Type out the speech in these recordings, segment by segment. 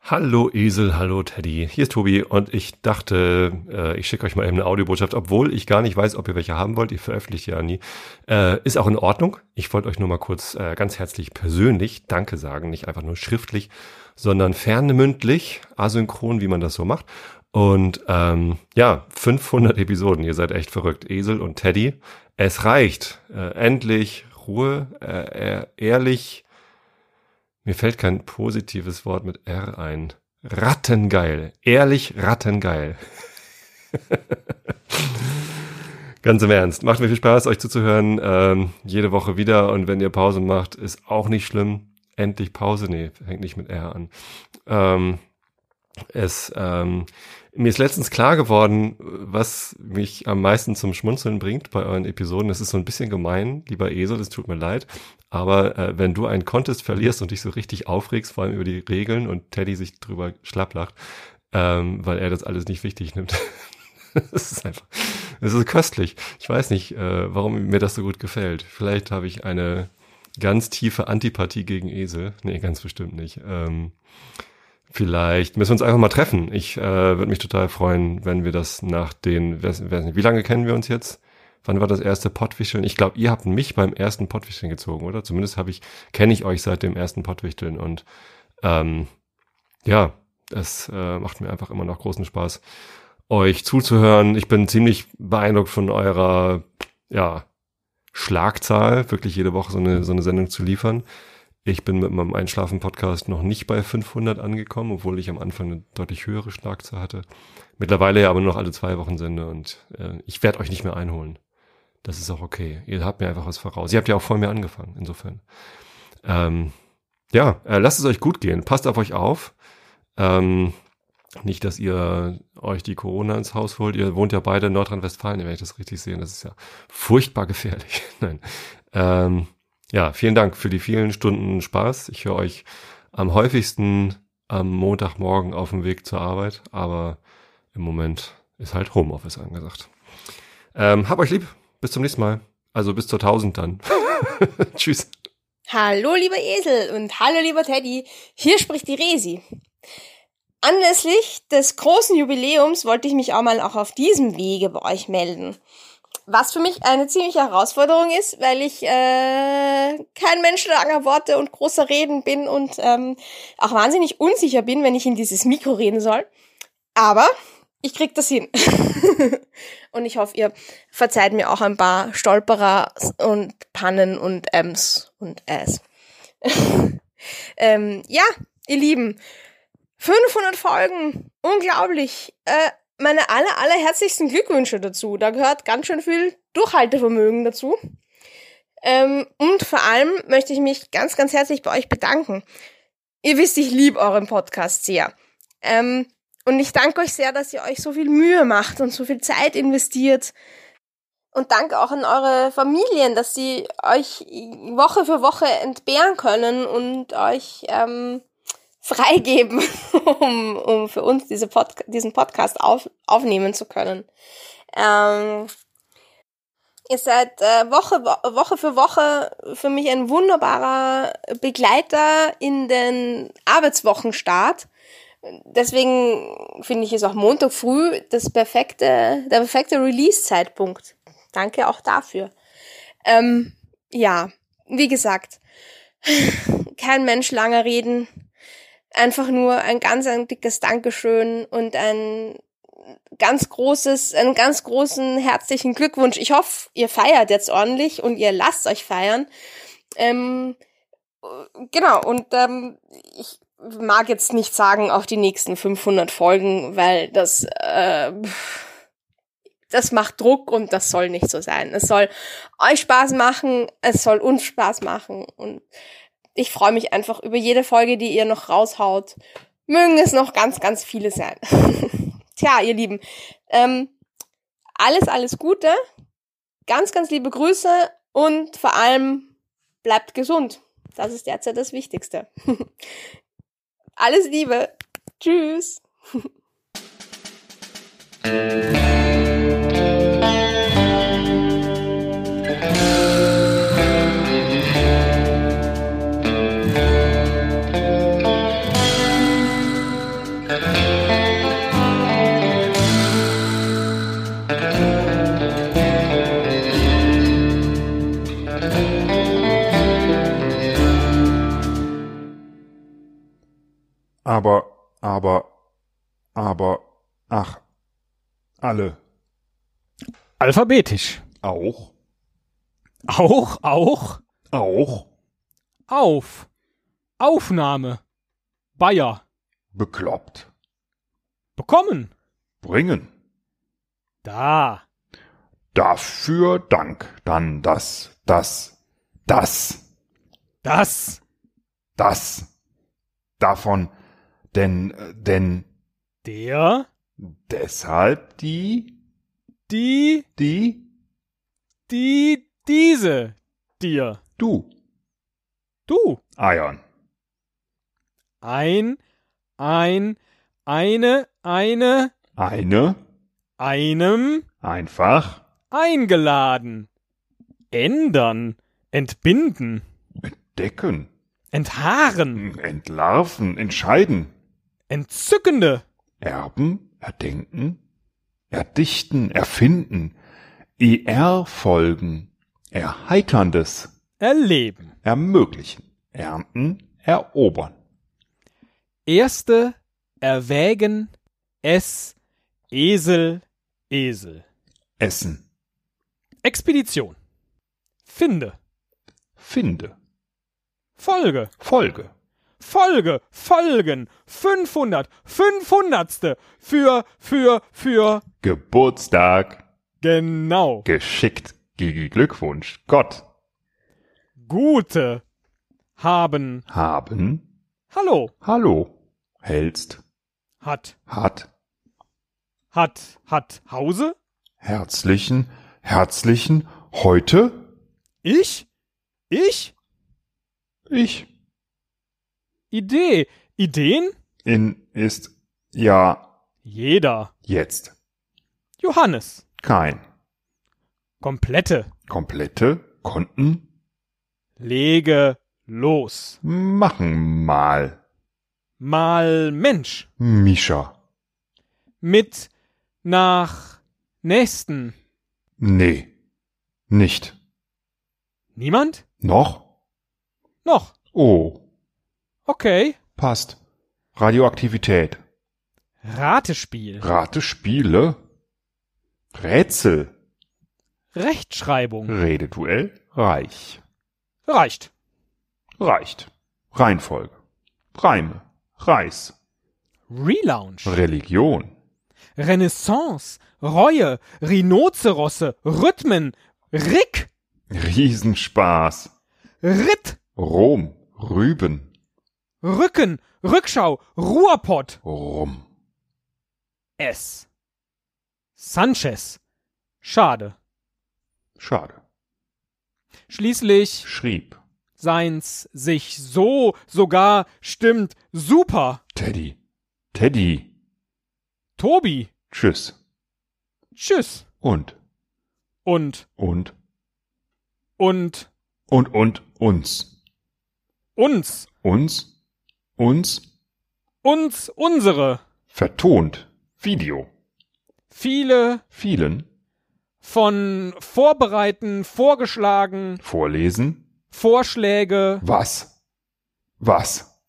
Hallo Esel, hallo Teddy. Hier ist Tobi und ich dachte, äh, ich schicke euch mal eben eine Audiobotschaft, obwohl ich gar nicht weiß, ob ihr welche haben wollt. Ihr veröffentlicht ja nie. Äh, ist auch in Ordnung. Ich wollte euch nur mal kurz äh, ganz herzlich persönlich Danke sagen. Nicht einfach nur schriftlich, sondern fernmündlich, asynchron, wie man das so macht. Und ähm, ja, 500 Episoden. Ihr seid echt verrückt. Esel und Teddy. Es reicht. Äh, endlich Ruhe, äh, äh, ehrlich. Mir fällt kein positives Wort mit R ein. Rattengeil. Ehrlich rattengeil. Ganz im Ernst. Macht mir viel Spaß, euch zuzuhören. Ähm, jede Woche wieder. Und wenn ihr Pause macht, ist auch nicht schlimm. Endlich Pause. Nee, hängt nicht mit R an. Ähm, es, ähm, mir ist letztens klar geworden, was mich am meisten zum Schmunzeln bringt bei euren Episoden. Das ist so ein bisschen gemein, lieber Esel, das tut mir leid. Aber äh, wenn du einen Contest verlierst und dich so richtig aufregst, vor allem über die Regeln und Teddy sich drüber schlapplacht, ähm, weil er das alles nicht wichtig nimmt. das ist einfach, das ist köstlich. Ich weiß nicht, äh, warum mir das so gut gefällt. Vielleicht habe ich eine ganz tiefe Antipathie gegen Esel. Nee, ganz bestimmt nicht. Ähm, Vielleicht müssen wir uns einfach mal treffen. Ich äh, würde mich total freuen, wenn wir das nach den, weiß, weiß nicht, wie lange kennen wir uns jetzt? Wann war das erste Pottwichteln? Ich glaube, ihr habt mich beim ersten Pottwichteln gezogen, oder? Zumindest habe ich, kenne ich euch seit dem ersten Pottwichteln und ähm, ja, es äh, macht mir einfach immer noch großen Spaß, euch zuzuhören. Ich bin ziemlich beeindruckt von eurer ja, Schlagzahl, wirklich jede Woche so eine, so eine Sendung zu liefern. Ich bin mit meinem Einschlafen-Podcast noch nicht bei 500 angekommen, obwohl ich am Anfang eine deutlich höhere Schlagzahl hatte. Mittlerweile ja aber nur noch alle zwei Wochen sende und äh, ich werde euch nicht mehr einholen. Das ist auch okay. Ihr habt mir einfach was voraus. Ihr habt ja auch vor mir angefangen, insofern. Ähm, ja, äh, lasst es euch gut gehen. Passt auf euch auf. Ähm, nicht, dass ihr euch die Corona ins Haus holt. Ihr wohnt ja beide in Nordrhein-Westfalen, wenn ich das richtig sehe. Das ist ja furchtbar gefährlich. Nein. Ähm, ja, vielen Dank für die vielen Stunden Spaß. Ich höre euch am häufigsten am Montagmorgen auf dem Weg zur Arbeit, aber im Moment ist halt Homeoffice angesagt. Ähm, hab euch lieb. Bis zum nächsten Mal. Also bis zur 1000 dann. Tschüss. Hallo lieber Esel und hallo lieber Teddy. Hier spricht die Resi. Anlässlich des großen Jubiläums wollte ich mich auch mal auch auf diesem Wege bei euch melden was für mich eine ziemliche Herausforderung ist, weil ich äh, kein Mensch langer Worte und großer Reden bin und ähm, auch wahnsinnig unsicher bin, wenn ich in dieses Mikro reden soll. Aber ich krieg das hin. und ich hoffe, ihr verzeiht mir auch ein paar Stolperer und Pannen und Ms und Äs. ähm, ja, ihr Lieben, 500 Folgen, unglaublich. Äh, meine aller, aller herzlichsten Glückwünsche dazu. Da gehört ganz schön viel Durchhaltevermögen dazu. Ähm, und vor allem möchte ich mich ganz, ganz herzlich bei euch bedanken. Ihr wisst, ich liebe euren Podcast sehr. Ähm, und ich danke euch sehr, dass ihr euch so viel Mühe macht und so viel Zeit investiert. Und danke auch an eure Familien, dass sie euch Woche für Woche entbehren können und euch ähm, freigeben, um, um für uns diese Pod diesen Podcast auf, aufnehmen zu können. Ähm, ihr seid äh, Woche, Woche für Woche für mich ein wunderbarer Begleiter in den Arbeitswochenstart. Deswegen finde ich es auch Montag früh das perfekte, der perfekte Release-Zeitpunkt. Danke auch dafür. Ähm, ja, wie gesagt, kein Mensch lange reden einfach nur ein ganz ein dickes Dankeschön und ein ganz großes, einen ganz großen herzlichen Glückwunsch. Ich hoffe, ihr feiert jetzt ordentlich und ihr lasst euch feiern. Ähm, genau, und ähm, ich mag jetzt nicht sagen auf die nächsten 500 Folgen, weil das, äh, das macht Druck und das soll nicht so sein. Es soll euch Spaß machen, es soll uns Spaß machen und ich freue mich einfach über jede Folge, die ihr noch raushaut. Mögen es noch ganz, ganz viele sein. Tja, ihr Lieben, ähm, alles, alles Gute, ganz, ganz liebe Grüße und vor allem bleibt gesund. Das ist derzeit das Wichtigste. alles Liebe. Tschüss. Aber, aber, aber, ach, alle Alphabetisch. auch, Auch, auch, auch auf. Aufnahme. Bayer. bekloppt Bekommen. bringen. Da. Dafür Dank. Dann das, das, das, Das. das. Davon, denn, äh, denn Der. deshalb die, Die. die, Die. Diese. Dir. du, Du. Eiern. Ein. Ein. Eine. Eine. Eine, Einem. einfach, Eingeladen. Ändern. Entbinden. decken, Enthaaren. entlarven, entscheiden, Entzückende. erben, erdenken, erdichten, erfinden, ER folgen, erheiterndes, Erleben. ermöglichen, ernten, erobern. Erste erwägen es Esel Esel. Essen, Expedition. Finde. finde, Folge. Folge, Folge. Folgen. 500. 500. Für, für, für. Geburtstag, Genau. geschickt, Gigi Glückwunsch, Gott, Gute. Haben. haben, Hallo. hallo, hältst, Hat. hat, Hat. Hat. Hause. herzlichen, herzlichen, heute, Ich. Ich. ich. Idee. Ideen. in ist ja Jeder. jetzt Johannes. kein Komplette. komplette konnten Lege. Los. machen mal mal Mensch Mischa mit nach nächsten. nee nicht Niemand? noch Noch. oh Okay. passt Radioaktivität Ratespiel. Ratespiele Rätsel Rechtschreibung. Rededuell reich Reicht. reicht Reihenfolge Reime Reis Relaunch. Religion Renaissance. Reue. Rhinozerosse. Rhythmen. Rick. Riesenspaß Ritt. Rom Rüben Rücken. Rückschau. Ruhrpott. Rum S. Sanchez. Schade. Schade. Schließlich Schrieb seins sich so sogar stimmt super. Teddy. Teddy. Tobi. Tschüss. Tschüss. Und, und und, und und, und, uns. uns, Uns, uns, uns, unsere, vertont. Video. viele Vielen. von vorbereiten, vorgeschlagen, Vorlesen. Vorschläge. Was? Was?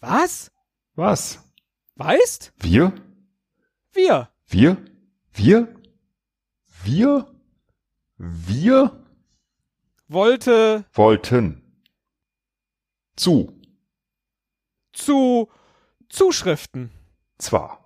Was? Was? Weißt? Wir? Wir. Wir? Wir? Wir? Wir Wollte wollten. Zu. zu Zuschriften. Zwar.